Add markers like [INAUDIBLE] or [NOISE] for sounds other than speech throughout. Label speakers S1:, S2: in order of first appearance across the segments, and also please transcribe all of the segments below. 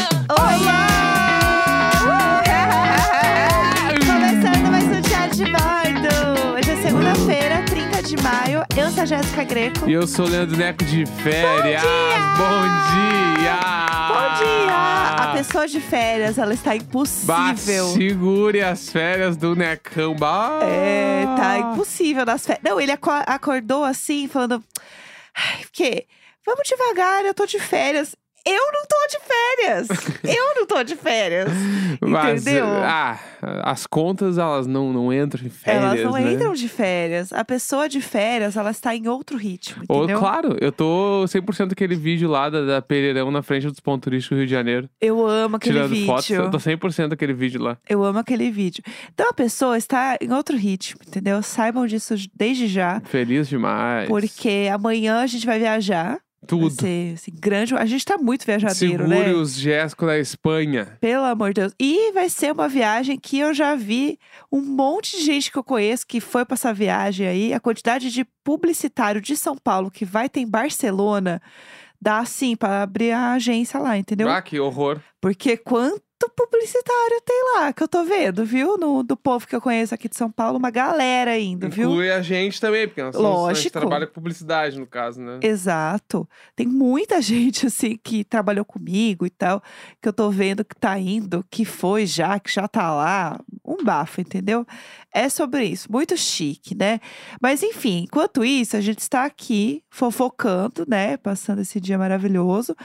S1: um é Sampaio. Eu sou a Jéssica Greco.
S2: E eu sou o Leandro Neco de férias. Bom dia! Ah!
S1: Bom dia! A pessoa de férias, ela está
S2: Bah,
S1: impossível.
S2: segure as férias do Necão. Bah.
S1: É, tá impossível nas férias. Não, ele aco- acordou assim, falando. Ai, porque vamos devagar, eu tô de férias. Eu não tô de
S2: [LAUGHS]
S1: férias! eu não tô de férias!
S2: Mas,
S1: entendeu?
S2: ah, as contas, elas não, não entram em férias,
S1: Elas não
S2: né?
S1: entram de férias. A pessoa de férias, ela está em outro ritmo,
S2: Ou,
S1: entendeu?
S2: claro, eu tô 100% aquele vídeo lá da, da Pereirão na frente dos pontos turísticos do Rio de Janeiro.
S1: Eu amo aquele
S2: tirando
S1: vídeo.
S2: fotos, eu tô 100% aquele vídeo lá.
S1: Eu amo aquele vídeo. Então a pessoa está em outro ritmo, entendeu? Saibam disso desde já.
S2: Feliz demais.
S1: Porque amanhã a gente vai viajar. Vai
S2: É Tudo.
S1: ser, assim, grande. A gente tá muito viajadeiro,
S2: Segure
S1: né?
S2: os Jéssico da Espanha.
S1: Pelo amor de Deus. E vai ser uma viagem que eu já vi um monte de gente que eu conheço que foi pra essa viagem aí. A quantidade de publicitário de São Paulo que vai ter em Barcelona dá assim pra abrir a agência lá, entendeu?
S2: Ah, que horror.
S1: Porque quanto publicitário tem lá que eu tô vendo, viu? No, do povo que eu conheço aqui de São Paulo, uma galera indo, Tá viu?
S2: Inclui a gente também, porque nós somos, a gente
S1: Lógico.
S2: trabalha com publicidade, no caso, né?
S1: Exato. Tem muita [LAUGHS] gente, assim, que trabalhou comigo e tal, que eu tô vendo que tá indo, que foi já, que já tá lá. Um bafo, entendeu? É sobre isso. Muito chique, né? Mas, enfim, enquanto isso, a gente está aqui fofocando, né? Passando esse dia maravilhoso.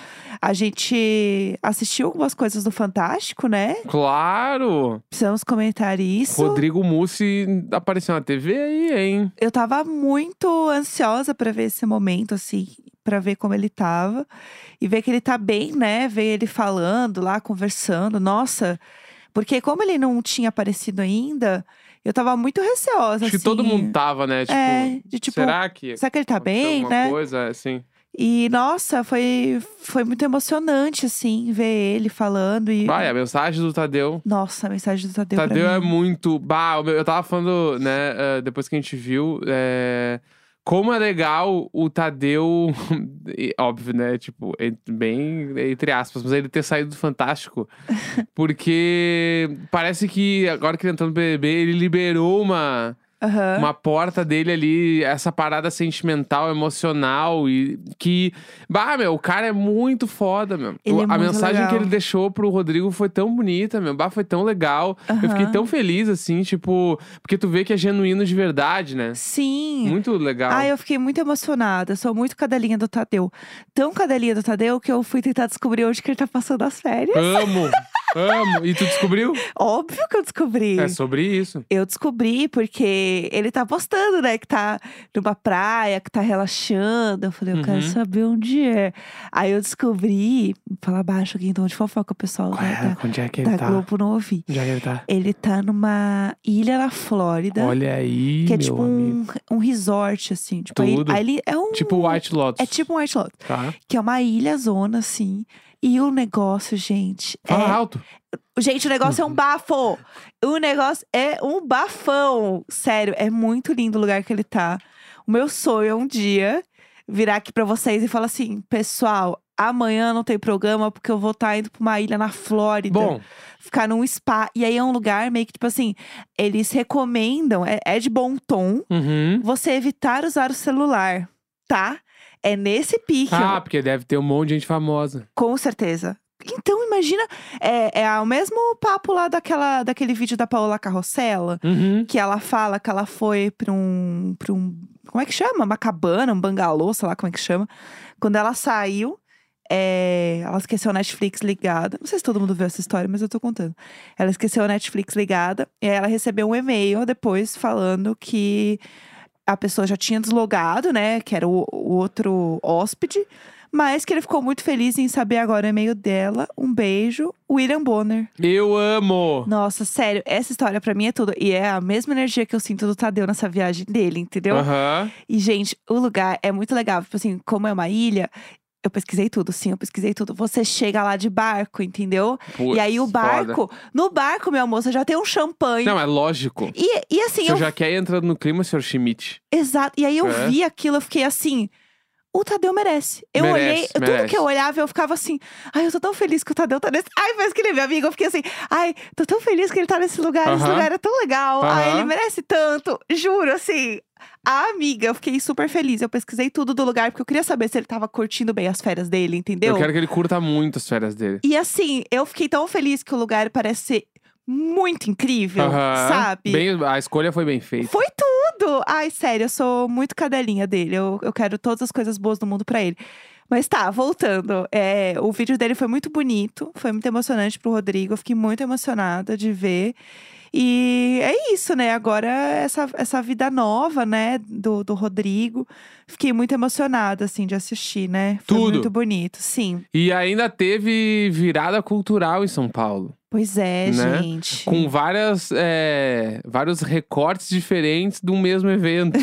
S1: A gente assistiu algumas coisas do Fantástico, né?
S2: Claro!
S1: Precisamos comentar isso.
S2: Rodrigo Mussi apareceu na TV aí, hein?
S1: eu tava muito ansiosa pra ver esse momento, assim, pra ver como ele tava. E ver que ele tá bem, né? Ver ele falando lá, conversando. Nossa, porque como ele não tinha aparecido ainda, eu tava muito receosa.
S2: Acho que
S1: assim.
S2: todo mundo tava, né? Tipo,
S1: é, de tipo,
S2: será que
S1: será que ele tá
S2: aconteceu
S1: bem,
S2: alguma
S1: né?
S2: coisa assim?
S1: E nossa, foi, foi muito emocionante, assim, ver ele falando. E,
S2: Vai, a mensagem do Tadeu.
S1: Nossa, a mensagem do Tadeu. pra
S2: Tadeu é
S1: mim.
S2: muito. Bah, o meu- eu tava falando, né, eh, depois que a gente viu, eh, como é legal o Tadeu. [LAUGHS] e, Óbvio, né? Tipo, en- bem entre aspas, mas ele ter saído
S1: [LAUGHS]
S2: do Fantástico. Porque parece que agora que ele entrou no BBB, ele liberou uma.
S1: Aham.
S2: Uma porta dele ali, essa parada sentimental, emocional e que. Bah, meu, o cara é muito foda, meu.
S1: Ele
S2: O-
S1: é
S2: a
S1: muito
S2: mensagem
S1: legal.
S2: que ele deixou pro Rodrigo foi tão bonita, meu. Bah, foi tão legal. Eu fiquei
S1: Aham.
S2: tão feliz, assim, tipo. Porque tu vê que é genuíno de verdade, né?
S1: Sim.
S2: Muito legal.
S1: Ah, eu fiquei muito emocionada. Sou muito cadelinha do Tadeu. Tão cadelinha do Tadeu que eu fui tentar descobrir onde que ele tá passando as férias.
S2: Amo, amo. E tu descobriu?
S1: Óbvio que eu descobri.
S2: É sobre isso.
S1: Eu descobri porque ele tá postando, né? Que tá numa praia, que tá relaxando. Eu falei, eu quero
S2: Uhum.
S1: saber onde é. Aí eu descobri. Fala baixo aqui, então, de fofoca, pessoal.
S2: Qual
S1: né,
S2: é? Onde é que
S1: da,
S2: ele
S1: da
S2: tá?
S1: Globo não ouvi.
S2: Onde é que ele tá?
S1: Ele tá numa ilha na Flórida.
S2: Olha aí,
S1: que é
S2: meu
S1: tipo
S2: amigo.
S1: um, um resort, assim. Tipo, aí-
S2: Tudo.
S1: Aí, ele é um.
S2: Tipo White Lotus.
S1: É tipo um White Lotus.
S2: Tá.
S1: que é uma ilha zona, assim. E o negócio, gente.
S2: Fala
S1: É...
S2: alto.
S1: Gente, o negócio é um bafo! O negócio é um bafão! Sério, é muito lindo o lugar que ele tá. O meu sonho é um dia virar aqui pra vocês e falar assim: pessoal, amanhã não tem programa porque eu vou estar indo pra uma ilha na Flórida.
S2: Bom,
S1: Ficar num spa. E aí é um lugar meio que, tipo assim, eles recomendam, é- é de bom tom
S2: uhum.
S1: você evitar usar o celular, tá? É nesse pique. ó.
S2: Ah, porque deve ter um monte de gente famosa.
S1: Com certeza. Então, imagina, é, é o mesmo papo lá daquela, daquele vídeo da Paola Carrossela,
S2: Uhum.
S1: que ela fala que ela foi pra um, pra um. Como é que chama? Uma cabana, um bangalô, sei lá como é que chama. Quando ela saiu, é, ela esqueceu a Netflix ligada. Não sei se todo mundo viu essa história, mas eu tô contando. Ela esqueceu a Netflix ligada, e aí ela recebeu um e-mail depois falando que a pessoa já tinha deslogado, né? Que era o, o outro hóspede. Mas que ele ficou muito feliz em saber agora o e-mail dela. Um beijo, William Bonner.
S2: Eu amo!
S1: Nossa, sério, essa história pra mim é tudo. E é a mesma energia que eu sinto do Tadeu nessa viagem dele, entendeu?
S2: Aham.
S1: E, gente, o lugar é muito legal. Tipo assim, como é uma ilha, eu pesquisei tudo, sim, eu pesquisei tudo. Você chega lá de barco, entendeu?
S2: Putz,
S1: e aí o
S2: foda.
S1: barco, no barco, meu amor, você já tem um champanhe.
S2: Não, é lógico.
S1: E, e assim,
S2: Se eu
S1: eu.
S2: já quer ir entrando no clima, senhor Schmidt.
S1: Exato. E aí eu
S2: É.
S1: vi aquilo, eu fiquei assim. o Tadeu merece. Eu
S2: Merece,
S1: olhei, tudo
S2: merece.
S1: que eu olhava, eu ficava assim, ai, eu tô tão feliz que o Tadeu tá nesse. Ai, parece que ele é meu amigo. Eu fiquei assim, ai, tô tão feliz que ele tá nesse lugar, esse
S2: Aham.
S1: lugar é tão legal. Ai,
S2: Aham.
S1: ele merece tanto. Juro, assim. A amiga, eu fiquei super feliz. Eu pesquisei tudo do lugar, porque eu queria saber se ele tava curtindo bem as férias dele, entendeu?
S2: Eu quero que ele curta muito as férias dele.
S1: E assim, eu fiquei tão feliz que o lugar parece ser muito incrível,
S2: Aham.
S1: sabe?
S2: Bem- a escolha foi bem feita.
S1: Foi tudo! Ai, sério, eu sou muito cadelinha dele. Eu, eu quero todas as coisas boas do mundo pra ele. Mas tá, voltando. É, o vídeo dele foi muito bonito, foi muito emocionante pro Rodrigo. Eu fiquei muito emocionada de ver. E é isso, né? Agora essa, essa vida nova, né, do, do Rodrigo. Fiquei muito emocionada, assim, de assistir, né? Foi
S2: Tudo.
S1: muito bonito, sim.
S2: E ainda teve virada cultural em São Paulo.
S1: Pois é,
S2: Né?
S1: gente. [LAUGHS]
S2: Com várias, é, vários recortes diferentes do
S1: [LAUGHS]
S2: mesmo evento.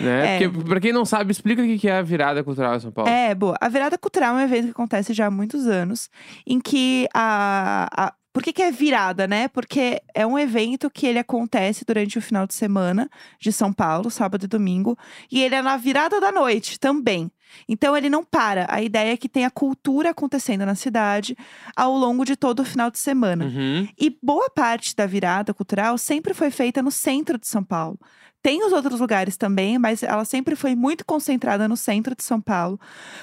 S2: né?
S1: É.
S2: Porque, pra quem não sabe, explica o que que é a virada cultural em São Paulo.
S1: É, boa. A virada cultural é um evento que acontece já há muitos anos, em que a. a- por que, que é virada, né? Porque é um evento que ele acontece durante o final de semana de São Paulo, sábado e domingo, e ele é na virada da noite também. Então ele não para. A ideia é que tem a cultura acontecendo na cidade ao longo de todo o final de semana.
S2: Uhum.
S1: E boa parte da virada cultural sempre foi feita no centro de São Paulo. Tem os outros lugares também, mas ela sempre foi muito concentrada no centro de São Paulo,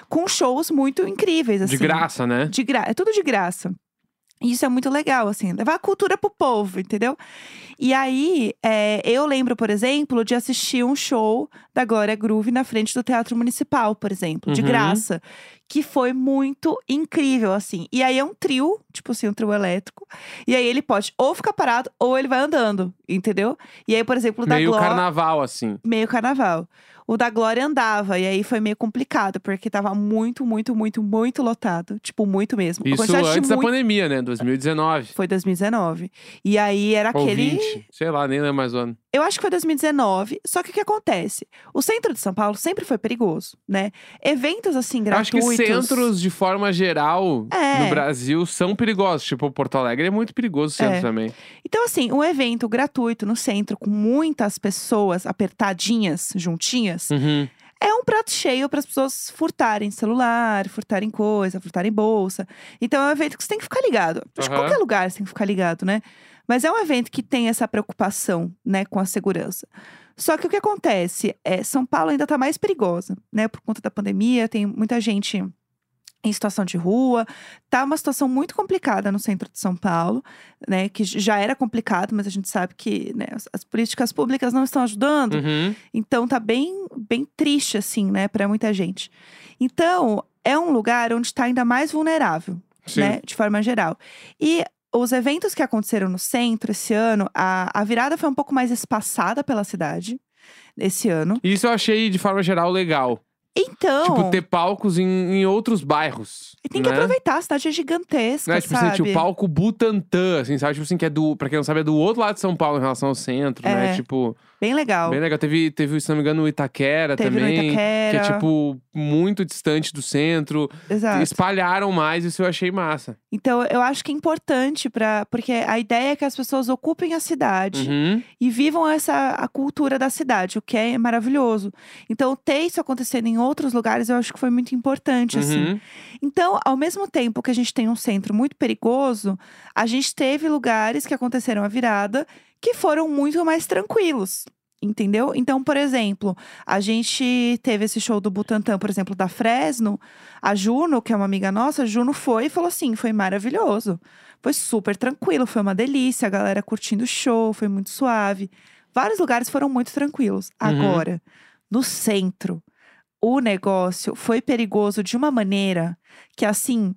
S1: com shows muito incríveis, assim.
S2: De graça, né?
S1: De gra... É tudo de graça. E Isso é muito legal, assim, levar a cultura pro povo, entendeu? E aí, é, eu lembro, por exemplo, de assistir um show da Glória Groove na frente do Teatro Municipal, por exemplo, de
S2: Uhum.
S1: graça. Que foi muito incrível, assim. E aí é um trio, tipo assim, um trio elétrico. E aí ele pode ou ficar parado ou ele vai andando, entendeu? E aí, por exemplo, o tipo da
S2: Meio
S1: Glória
S2: carnaval, assim.
S1: meio carnaval. O da Glória andava, e aí foi meio complicado, porque tava muito, muito, muito, muito lotado. Tipo, muito mesmo. A
S2: Isso
S1: quantidade de
S2: antes da
S1: muito-
S2: pandemia, né? 2019.
S1: Foi 2019. E aí era
S2: Ou
S1: aquele.
S2: 20. Sei lá, nem lembro mais o ano.
S1: Eu acho que foi 2019. Só que o que acontece? O centro de São Paulo sempre foi perigoso, né? Eventos assim,
S2: Eu Acho que
S1: gratuitos.
S2: centros, de forma geral,
S1: É.
S2: no Brasil, são perigosos. Tipo, Porto Alegre é muito perigoso o centro
S1: É.
S2: também.
S1: Então, assim, um evento gratuito no centro, com muitas pessoas apertadinhas, juntinhas,
S2: Uhum.
S1: é um prato cheio para as pessoas furtarem celular, furtarem coisa, furtarem bolsa. Então é um evento que você tem que ficar ligado. Acho que
S2: Aham.
S1: qualquer lugar você tem que ficar ligado, né? Mas é um evento que tem essa preocupação, né, com a segurança. Só que o que acontece é São Paulo ainda tá mais perigosa, né, por conta da pandemia, tem muita gente em situação de rua, tá uma situação muito complicada no centro de São Paulo, né, que já era complicado, mas a gente sabe que né, as- as políticas públicas não estão ajudando.
S2: Uhum.
S1: Então tá bem, bem triste assim, né, Pra muita gente. Então, é um lugar onde tá ainda mais vulnerável,
S2: Sim.
S1: né, de forma geral. E os eventos que aconteceram no centro esse ano, a, a virada foi um pouco mais espaçada pela cidade esse ano.
S2: Isso eu achei, de forma geral, legal.
S1: Então,
S2: Tipo, ter palcos em, em outros bairros.
S1: e tem que
S2: né?
S1: aproveitar, a cidade é gigantesca,
S2: Né? Tipo,
S1: sabe?
S2: assim, tipo, palco Butantã, assim, sabe? Tipo assim, que é do. Pra quem não sabe, é do outro lado de São Paulo em relação ao centro,
S1: É.
S2: né? Tipo,
S1: Bem legal.
S2: bem legal. Teve, teve, se não me engano, o Itaquera
S1: Teve
S2: também.
S1: no Itaquera.
S2: Que é, tipo, muito distante do centro.
S1: Exato.
S2: Espalharam mais, isso eu achei massa.
S1: Então, eu acho que é importante para porque a ideia é que as pessoas ocupem a cidade
S2: Uhum.
S1: e vivam essa a cultura da cidade, o que é maravilhoso. Então, ter isso acontecendo em outros lugares, eu acho que foi muito importante, assim.
S2: uhum.
S1: Então, ao mesmo tempo que a gente tem um centro muito perigoso, a gente teve lugares que aconteceram a virada que foram muito mais tranquilos. Entendeu? Então, por exemplo, a gente teve esse show do Butantã, por exemplo, da Fresno. A Juno, que é uma amiga nossa, a Juno foi e falou assim: foi maravilhoso. Foi super tranquilo, foi uma delícia, a galera curtindo o show, foi muito suave. Vários lugares foram muito tranquilos.
S2: Uhum.
S1: Agora, no centro, o negócio foi perigoso de uma maneira que, assim,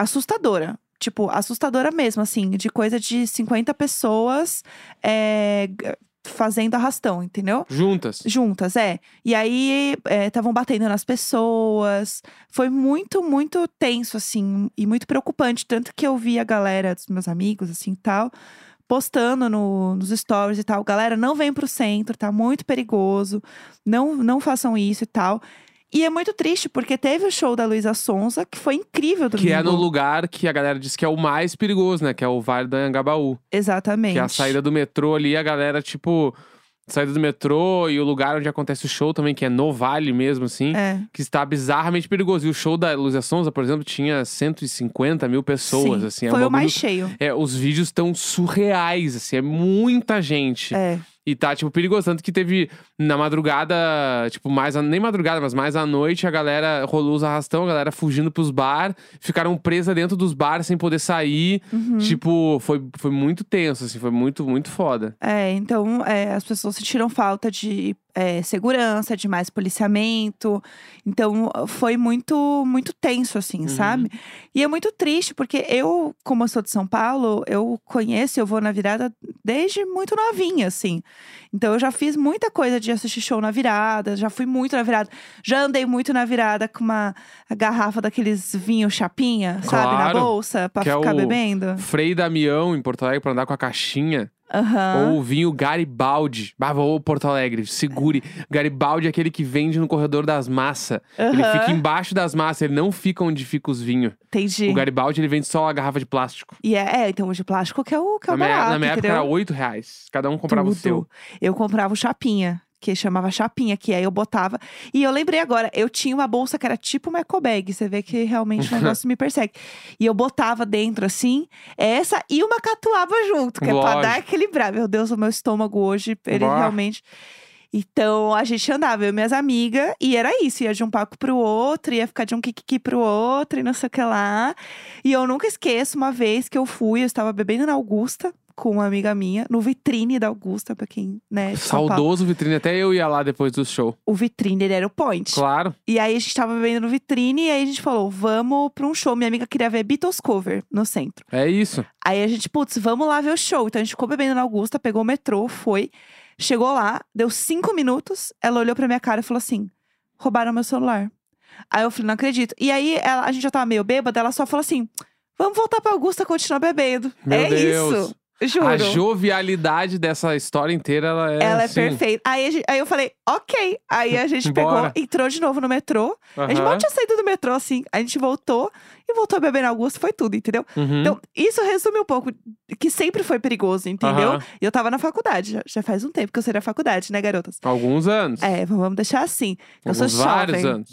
S1: assustadora. Tipo, assustadora mesmo, assim, de coisa de 50 pessoas é, g- fazendo arrastão, entendeu?
S2: Juntas.
S1: Juntas, é. E aí estavam batendo nas pessoas. Foi muito, muito tenso, assim, e muito preocupante. Tanto que eu vi a galera dos meus amigos, assim tal, postando no- nos stories e tal. Galera, não vem pro centro, tá muito perigoso. Não, não façam isso e tal. E é muito triste, porque teve o show da Luísa Sonza, que foi incrível domingo.
S2: Que é no lugar que a galera diz que é o mais perigoso, né? Que é o Vale do Anhangabaú.
S1: Exatamente.
S2: Que é a saída do metrô ali, a galera, tipo, saída do metrô e o lugar onde acontece o show também, que é no vale mesmo, assim,
S1: É.
S2: que está bizarramente perigoso. E o show da Luzia Sonza, por exemplo, tinha 150 mil pessoas,
S1: Sim.
S2: assim. é um
S1: Foi o
S2: bagulho-
S1: mais cheio.
S2: É, os vídeos estão surreais, assim, é muita gente.
S1: É.
S2: E tá, tipo, perigoso. Tanto que teve na madrugada, tipo, mais. a- Nem madrugada, mas mais à noite, a galera rolou os arrastão, a galera fugindo pros bar, ficaram presa dentro dos bar sem poder sair.
S1: Uhum.
S2: Tipo, foi, foi muito tenso, assim, foi muito, muito foda.
S1: É, então é, as pessoas sentiram falta de é, segurança, de mais policiamento. Então foi muito, muito tenso, assim,
S2: Uhum.
S1: sabe? E é muito triste, porque eu, como eu sou de São Paulo, eu conheço, eu vou na virada desde muito novinha, assim. Então eu já fiz muita coisa de assistir show na virada, já fui muito na virada. Já andei muito na virada com uma garrafa daqueles vinhos chapinha, sabe,
S2: Claro,
S1: na bolsa, pra
S2: que é
S1: ficar
S2: o-
S1: bebendo.
S2: Frei Damião em Porto Alegre pra andar com a caixinha.
S1: Aham.
S2: Ou o vinho Garibaldi. Ah, vou Porto Alegre, segure. Garibaldi é aquele que vende no corredor das massas. Ele
S1: Aham.
S2: fica embaixo das massas, ele não fica onde fica os vinhos.
S1: Entendi.
S2: O Garibaldi ele vende só a garrafa de plástico.
S1: E é, é, então o de plástico que é o que é o
S2: na, minha,
S1: barato,
S2: na minha época
S1: entendeu?
S2: era 8 reais. Cada um comprava o
S1: Tudo.
S2: seu.
S1: Eu comprava o chapinha, que chamava chapinha, que aí eu botava. E eu lembrei agora, eu tinha uma bolsa que era tipo uma eco bag, você vê que
S2: [LAUGHS]
S1: realmente o negócio me persegue. E eu botava dentro assim, essa e uma catuaba junto, que é pra
S2: Lógico.
S1: dar equilibrar. Meu Deus, o meu estômago hoje, ele
S2: Bah.
S1: realmente então a gente andava, eu e minhas amigas, e era isso, ia de um palco pro outro, ia ficar de um kikiki pro outro, e não sei o que lá. E eu nunca esqueço uma vez que eu fui, eu estava bebendo na Augusta com uma amiga minha, no vitrine da Augusta, pra quem, né? de São Paulo.
S2: Saudoso vitrine. Até eu ia lá depois do show.
S1: O vitrine ele era o point.
S2: Claro.
S1: E aí a gente tava bebendo no vitrine, e aí a gente falou: vamos pra um show. Minha amiga queria ver Beatles Cover no centro.
S2: É isso.
S1: Aí a gente, putz, vamos lá ver o show. Então a gente ficou bebendo na Augusta, pegou o metrô, foi. Chegou lá, deu cinco minutos, ela olhou pra minha cara e falou assim: roubaram meu celular. Aí eu falei, não acredito. E aí ela- a gente já tava meio bêbada, ela só falou assim: vamos voltar pra Augusta continuar bebendo.
S2: Meu
S1: é
S2: Deus.
S1: isso. Juro.
S2: A jovialidade dessa história inteira, ela é.
S1: Ela é
S2: assim,
S1: perfeita. Aí, a gente- aí eu falei, ok. Aí a gente pegou,
S2: Bora.
S1: entrou de novo no metrô. A gente
S2: aham,
S1: mal tinha saído do metrô, assim. A gente voltou e voltou a beber na Augusta, foi tudo, entendeu?
S2: uhum.
S1: Então, isso resume um pouco que sempre foi perigoso, entendeu?
S2: Aham.
S1: E eu tava na faculdade, já, já faz um tempo que eu saí da faculdade, né, garotas?
S2: Alguns anos.
S1: É, v- vamos deixar assim. Eu sou
S2: Alguns vários
S1: jovem.
S2: anos.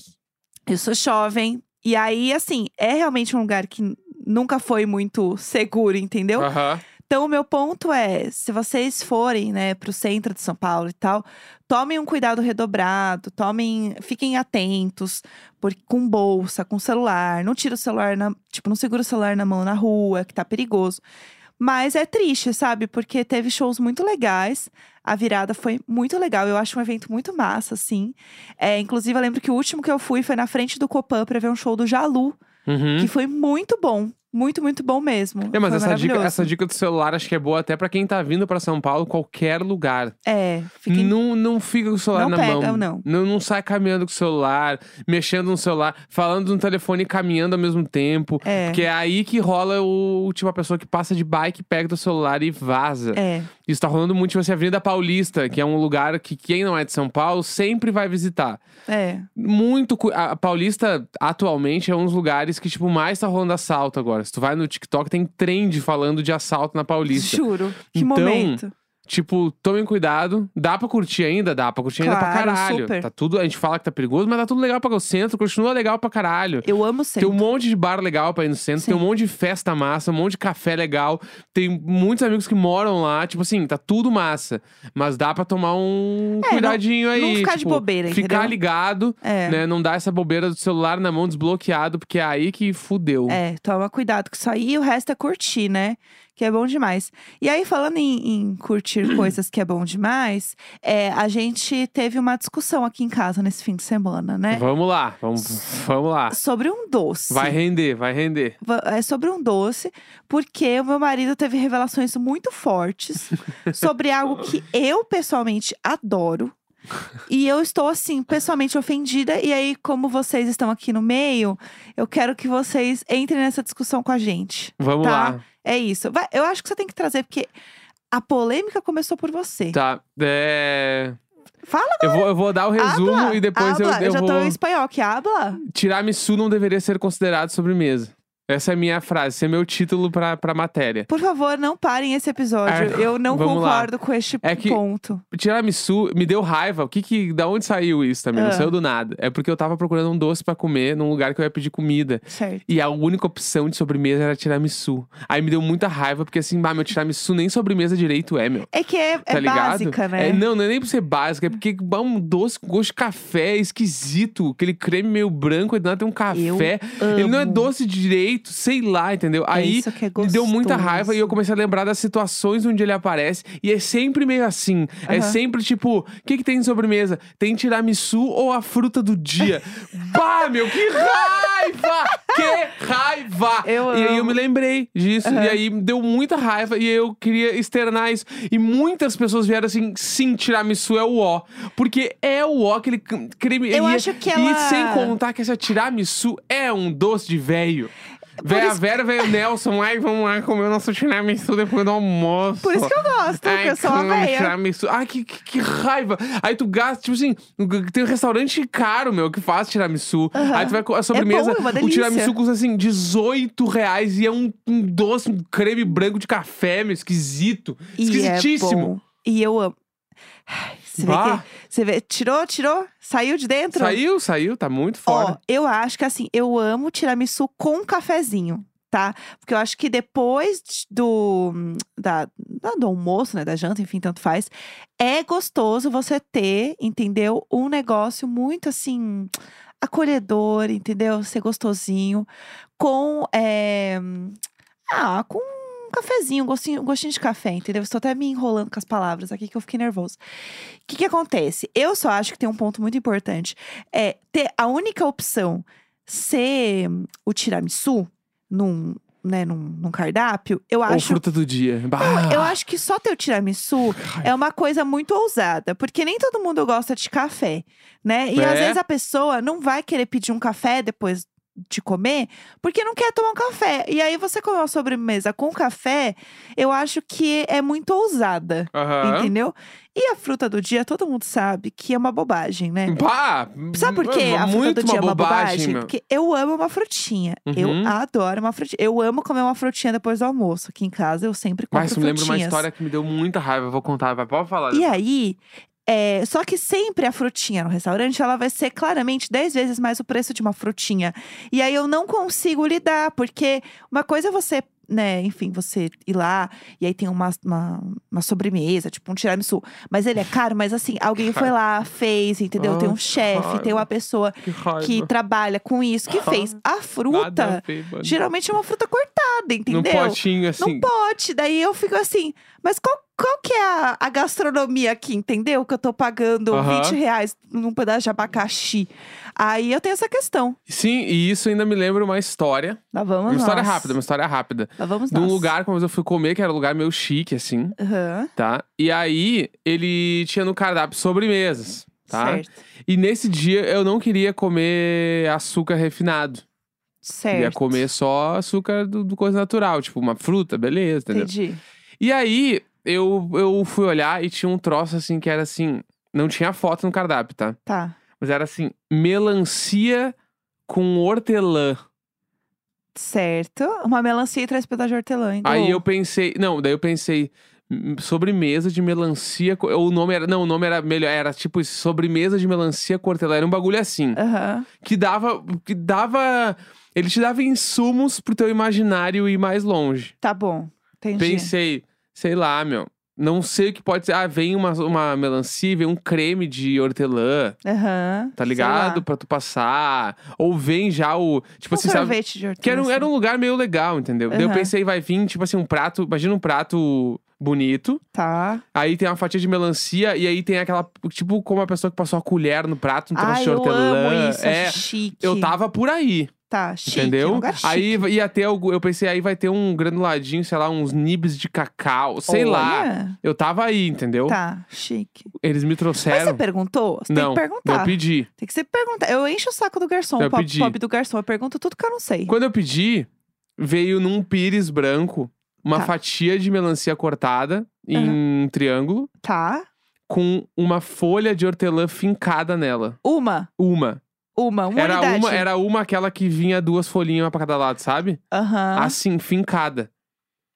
S1: Eu sou jovem. E aí, assim, é realmente um lugar que n- nunca foi muito seguro, entendeu?
S2: Aham.
S1: Então, o meu ponto é: se vocês forem, né, pro centro de São Paulo e tal, tomem um cuidado redobrado, tomem. Fiquem atentos, porque com bolsa, com celular. Não tira o celular na. Tipo, não segura o celular na mão na rua, que tá perigoso. Mas é triste, sabe? Porque teve shows muito legais. A virada foi muito legal. Eu acho um evento muito massa, assim. É, inclusive, eu lembro que o último que eu fui foi na frente do Copan pra ver um show do Jalu,
S2: Uhum.
S1: que foi muito bom. Muito, muito bom mesmo.
S2: É, mas
S1: Foi
S2: essa dica,
S1: maravilhoso.
S2: essa dica do celular acho que é boa até pra quem tá vindo pra São Paulo, qualquer lugar.
S1: É, fiquem
S2: Não, não fica com o celular
S1: Não
S2: na
S1: pega,
S2: mão.
S1: não.
S2: não. Não sai caminhando com o celular, mexendo no celular, falando no telefone e caminhando ao mesmo tempo.
S1: É.
S2: Porque é aí que rola o tipo a pessoa que passa de bike, pega do celular e vaza.
S1: É,
S2: Isso tá rolando muito, tipo assim, a Avenida Paulista, que é um lugar que quem não é de São Paulo sempre vai visitar.
S1: é.
S2: Muito. cu- A a Paulista, atualmente, é um dos lugares que, tipo, mais tá rolando assalto agora. Se tu vai no TikTok, tem trend falando de assalto na Paulista.
S1: Juro. Que
S2: Então,
S1: momento.
S2: Tipo, tomem cuidado. Dá pra curtir ainda? Dá pra curtir ainda pra
S1: Claro,
S2: caralho.
S1: super.
S2: Tá tudo, a gente fala que tá perigoso, mas tá tudo legal pra o centro, continua legal pra caralho.
S1: Eu amo
S2: Tem
S1: sempre.
S2: um monte de bar legal pra ir no centro,
S1: Sim.
S2: tem um monte de festa massa, um monte de café legal. Tem muitos amigos que moram lá, tipo assim, tá tudo massa. Mas dá pra tomar um
S1: É,
S2: cuidadinho aí.
S1: não ficar de
S2: tipo,
S1: bobeira,
S2: Ficar
S1: entendeu?
S2: ligado,
S1: É.
S2: né? Não dar essa bobeira do celular na mão desbloqueado, porque é aí que fudeu.
S1: É, toma cuidado com isso aí e o resto é curtir, né? Que é bom demais. E aí, falando em, em
S2: [CLEARS THROAT]
S1: curtir coisas que é bom demais, é, a gente teve uma discussão aqui em casa nesse fim de semana, né?
S2: Vamos lá, vamos, vamos lá.
S1: Sobre um doce.
S2: Vai render, vai render.
S1: Va- É sobre um doce, porque o meu marido teve revelações muito
S2: [LAUGHS]
S1: fortes sobre algo que eu pessoalmente adoro. E eu estou, assim, pessoalmente ofendida. E aí, como vocês estão aqui no meio, eu quero que vocês entrem nessa discussão com a gente.
S2: Vamos
S1: tá?
S2: lá.
S1: É isso. Vai- eu acho que você tem que trazer, porque a polêmica começou por você.
S2: Tá. É...
S1: Fala
S2: Eu vou, eu vou dar o resumo
S1: Habla,
S2: e depois eu,
S1: habla.
S2: eu
S1: já
S2: vou.
S1: tô em espanhol aqui. Habla?
S2: Tiramisu não deveria ser considerado sobremesa. Essa é a minha frase, esse é meu título pra, pra matéria.
S1: Por favor, não parem esse episódio.
S2: Ah,
S1: eu não
S2: vamos lá.
S1: concordo com este
S2: É que-
S1: ponto.
S2: Tiramisu me deu raiva. O que que... Da onde saiu isso também?
S1: Ah.
S2: Não saiu do nada. É porque eu tava procurando um doce pra comer num lugar que eu ia pedir comida.
S1: Certo.
S2: E a única opção de sobremesa era tiramisu. Aí me deu muita raiva, porque assim, bah, meu tiramisu nem sobremesa direito é, meu.
S1: É que é,
S2: Tá
S1: é
S2: ligado?
S1: básica, né?
S2: É, não, não é nem pra ser básica, é porque é um doce com gosto de café, é esquisito. Aquele creme meio branco, e do nada tem um
S1: Eu
S2: café. Ele não é
S1: amo.
S2: doce direito, sei lá, entendeu?
S1: É
S2: Aí
S1: isso que é
S2: me deu muita
S1: gostoso.
S2: raiva e eu comecei a lembrar das situações onde ele aparece. E é sempre meio assim. É
S1: Aham.
S2: sempre tipo, o que, que tem de sobremesa? Tem tiramisu ou a fruta
S1: [LAUGHS]
S2: do dia? bah, meu, que raiva! Que raiva!
S1: Eu
S2: e aí eu
S1: amo.
S2: me lembrei disso. E aí me deu muita raiva e eu queria externar isso. E muitas pessoas vieram assim, sim, tiramisu é o ó. Porque é o ó, aquele creme...
S1: Eu
S2: e,
S1: acho que
S2: e
S1: ela-
S2: sem contar que essa tiramisu é um doce de véio.
S1: Por
S2: Véia
S1: isso-
S2: Vera, veio o Nelson, ai, vamos lá comer o nosso tiramisu depois do almoço.
S1: Por
S2: [LAUGHS]
S1: isso que eu "Ah, gosto,
S2: Ai,
S1: porque eu sou uma
S2: come
S1: velha.
S2: tiramisu. Ai, que, que, que raiva. Aí tu gasta, tipo assim, tem um restaurante caro, meu, que faz tiramisu. Aí tu vai com a sobremesa.
S1: bom, é uma
S2: o
S1: delícia.
S2: tiramisu custa assim, 18 reais e é um, um doce, um creme branco de café, meu, esquisito.
S1: E é
S2: Esquisitíssimo.
S1: bom. E eu amo. Ai, Você vê,
S2: Bah.
S1: que, você vê, tirou, tirou, saiu de dentro.
S2: saiu, saiu, tá muito
S1: Ó,
S2: fora.
S1: eu acho que assim, eu amo tiramisu com cafezinho, tá? Porque eu acho que depois de- do, da, da- do almoço, né, da janta, enfim, tanto faz, é gostoso você ter, entendeu? Um negócio muito assim, acolhedor, entendeu? Ser gostosinho, com. é, ah, com um cafezinho, um gostinho, um gostinho de café, entendeu? Estou até me enrolando com as palavras aqui que eu fiquei nervosa. O que, que acontece? Eu só acho que tem um ponto muito importante. É ter a única opção ser hum, o tiramisu num, né, num, num cardápio, eu
S2: Ou
S1: acho.
S2: fruta do dia. Bah.
S1: Eu acho que só ter o tiramisu é uma coisa muito ousada, porque nem todo mundo gosta de café, né? E às
S2: É.
S1: vezes a pessoa não vai querer pedir um café depois de comer, porque não quer tomar um café. E aí você comer uma sobremesa com café, eu acho que é muito ousada,
S2: Aham.
S1: entendeu? E a fruta do dia, todo mundo sabe que é uma bobagem, né?
S2: Bah,
S1: Sabe por quê? A fruta
S2: Hum, muito
S1: do dia é uma bobagem.
S2: meu.
S1: Porque eu amo uma frutinha.
S2: Uhum.
S1: Eu adoro uma frutinha. Eu amo comer uma frutinha depois do almoço. Aqui em casa eu sempre compro
S2: Mas tu me
S1: frutinhas.
S2: lembra uma história que me deu muita raiva. Eu vou contar, vai, pode falar. né?
S1: E aí, é, só que sempre a frutinha no restaurante, ela vai ser claramente 10 vezes mais o preço de uma frutinha. E aí eu não consigo lidar, porque uma coisa é você, né, enfim, você ir lá e aí tem uma, uma, uma sobremesa, tipo um tiramisu. Mas ele é caro, mas assim, alguém foi lá, fez, entendeu? Tem
S2: Ah,
S1: um
S2: que
S1: chefe, tem uma
S2: raiva.
S1: pessoa
S2: que raiva.
S1: é que trabalha com isso, que fez a
S2: Ah, Nada a
S1: fruta.
S2: ver, mano.
S1: Geralmente é uma fruta cortada, entendeu?
S2: Num potinho,
S1: Não
S2: assim.
S1: pote. Daí eu fico assim, mas qual, qual que é a, a gastronomia aqui, entendeu? Que eu tô pagando
S2: Aham.
S1: 20 reais num pedaço de abacaxi. Aí eu tenho essa questão.
S2: Sim, e isso ainda me lembra uma história.
S1: Lá vamos
S2: Uma história
S1: nós.
S2: rápida, uma história rápida.
S1: Lá vamos
S2: De um
S1: nós.
S2: lugar que uma vez eu fui comer, que era um lugar meio chique, assim,
S1: Aham,
S2: tá? E aí, ele tinha no cardápio sobremesas, tá?
S1: Certo.
S2: E nesse dia, eu não queria comer açúcar refinado. é
S1: Certo.
S2: Queria comer só açúcar do, do coisa natural, tipo uma fruta, beleza, entendeu?
S1: Entendi.
S2: E aí, eu, eu fui olhar e tinha um troço assim que era assim. Não tinha foto no cardápio, tá?
S1: Tá.
S2: Mas era assim: melancia com hortelã.
S1: Certo. Uma melancia e três pedaços de hortelã. então. hein?
S2: Aí
S1: Gol.
S2: eu pensei. Não, daí eu pensei. "Hum, Sobremesa de melancia. com-" O nome era. Não, o nome era melhor. Era tipo sobremesa de melancia com hortelã. Era um bagulho assim.
S1: Aham.
S2: Que dava. Que dava. Ele te dava insumos pro teu imaginário ir mais longe.
S1: Tá bom. Entendi.
S2: Pensei, sei lá, meu. Não sei o que pode ser. Ah, vem uma, uma melancia, vem um creme de hortelã,
S1: Aham.
S2: tá
S1: sei
S2: ligado?
S1: lá.
S2: Pra tu passar. Ou vem já o. Tipo
S1: Um
S2: assim, sabe?
S1: sorvete de hortelã.
S2: Que era um,
S1: assim.
S2: era um lugar meio legal, entendeu? Daí eu
S1: Aham.
S2: pensei, vai vir, tipo assim, um prato. Imagina um prato bonito.
S1: Tá.
S2: Aí tem uma fatia de melancia e aí tem aquela. Tipo, como a pessoa que passou a colher no prato, um troço
S1: Ai,
S2: de
S1: Ah, eu
S2: hortelã.
S1: amo isso.
S2: é.
S1: acho chique.
S2: Eu tava por aí.
S1: Tá, chique. é um
S2: Entendeu?
S1: lugar chique.
S2: aí vai- ia ter algo. Eu pensei, aí vai ter um granuladinho, sei lá, uns nibs de cacau, sei lá.
S1: Olha.
S2: Eu tava aí, entendeu?
S1: Tá, chique.
S2: Eles me
S1: Mas você
S2: trouxeram.
S1: perguntou? Você tem
S2: não,
S1: que perguntar.
S2: eu pedi.
S1: Tem que você perguntar. Eu encho o saco do garçom,
S2: Eu
S1: o pop,
S2: pedi.
S1: pop do garçom. Eu pergunto tudo que eu não sei.
S2: Quando eu pedi, veio num pires branco uma
S1: Tá.
S2: fatia de melancia cortada em triângulo
S1: Tá?
S2: com uma folha de hortelã fincada nela.
S1: Uma.
S2: Uma.
S1: Uma, uma
S2: Era
S1: unidade.
S2: uma, era uma aquela que vinha duas folhinhas uma pra cada lado, sabe?
S1: Aham.
S2: Assim, fincada.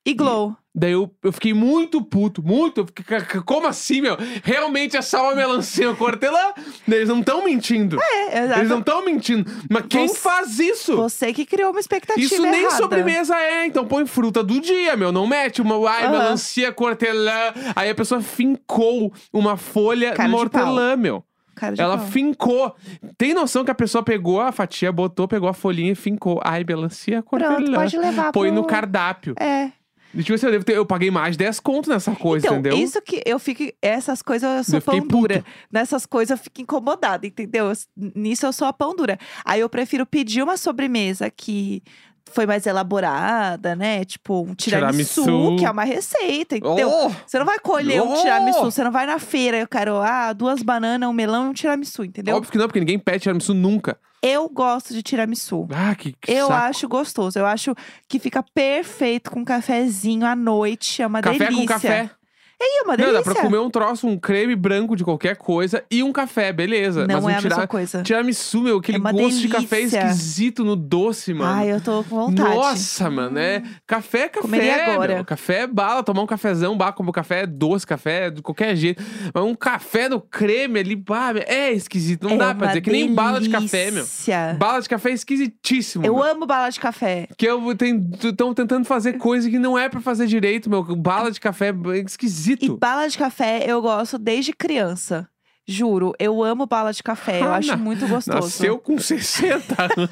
S1: E Glow.
S2: Daí eu, eu fiquei muito puto, muito. eu fiquei, "Ca- ca- Como assim, meu? Realmente é só uma melancia cortelã? Eles não estão mentindo.
S1: É, exato.
S2: Eles não estão mentindo. Mas quem
S1: Você-
S2: faz isso?
S1: Você que criou uma expectativa
S2: Isso nem
S1: errada.
S2: sobremesa é, então põe fruta do dia, meu. Não mete uma ai,
S1: Aham.
S2: melancia cortelã. Aí a pessoa fincou uma folha
S1: Cara
S2: no
S1: de pau.
S2: hortelã, meu.
S1: Cara de
S2: Ela
S1: pau.
S2: fincou. Tem noção que a pessoa pegou a fatia, botou, pegou a folhinha e fincou. Ai, melancia cortelã.
S1: Pronto, pode levar
S2: Põe
S1: pro...
S2: no cardápio.
S1: É.
S2: E, Tipo assim, eu, devo ter, eu paguei mais 10 conto nessa coisa,
S1: então,
S2: entendeu?
S1: isso que eu fico. Essas coisas eu sou
S2: Eu fiquei
S1: pão dura. Nessas coisas eu fico incomodada, entendeu? Eu- Nisso eu sou a pão dura. Aí eu prefiro pedir uma sobremesa que foi mais elaborada, né? Tipo, um tiramisu,
S2: Tiramisu.
S1: que é uma receita, entendeu?
S2: Oh!
S1: Você não vai colher um
S2: Oh!
S1: tiramisu, você não vai na feira, eu quero, ah, duas bananas, um melão e um tiramisu, entendeu?
S2: Óbvio que não, porque ninguém pede tiramisu nunca.
S1: Eu gosto de tiramisu.
S2: Ah, que, que
S1: Eu
S2: saco.
S1: acho gostoso. Eu acho que fica perfeito com um cafezinho à noite. É uma
S2: Café
S1: delícia.
S2: com café.
S1: Ih, é uma
S2: Não,
S1: delícia.
S2: dá pra comer um troço, um creme branco de qualquer coisa e um café, beleza.
S1: Não
S2: Mas um
S1: é a
S2: tira...
S1: mesma coisa.
S2: tiramisu, meu, aquele
S1: É uma
S2: gosto de café
S1: delícia.
S2: esquisito no doce, mano.
S1: Ai, eu tô com vontade. Hum.
S2: Nossa, mano, é café, é café.
S1: Comeria agora.
S2: meu. Café é bala, tomar um cafezão, bah, como café é doce, café é de qualquer jeito. Mas um café no creme ali, bah, é esquisito. Não
S1: É
S2: dá pra
S1: uma
S2: dizer que nem bala de café, meu.
S1: delícia.
S2: Bala de café é esquisitíssimo.
S1: Eu
S2: meu.
S1: amo bala de café.
S2: Que eu estão tentando fazer coisa que não é pra fazer direito, meu. Bala de café é
S1: E
S2: esquisito.
S1: bala de café eu gosto desde criança. Juro, eu amo bala de café. Eu
S2: Ah,
S1: acho
S2: na-
S1: muito gostoso.
S2: Nasceu com 60
S1: [LAUGHS]
S2: anos.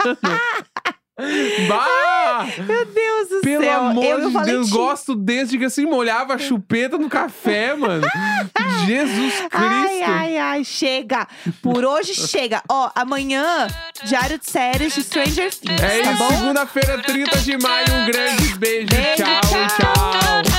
S2: bah!
S1: Meu Deus do
S2: Pelo
S1: céu.
S2: amor
S1: eu e o
S2: de Deus,
S1: Valentim.
S2: gosto desde que assim molhava a chupeta no café, mano. Jesus Cristo.
S1: Ai, ai, ai, chega. Por
S2: [LAUGHS]
S1: hoje chega. Ó, amanhã, diário de séries de Stranger Things,
S2: É
S1: tá
S2: isso,
S1: bom?
S2: segunda-feira, 30 de maio. Um grande beijo.
S1: Beijo,
S2: tchau. tchau.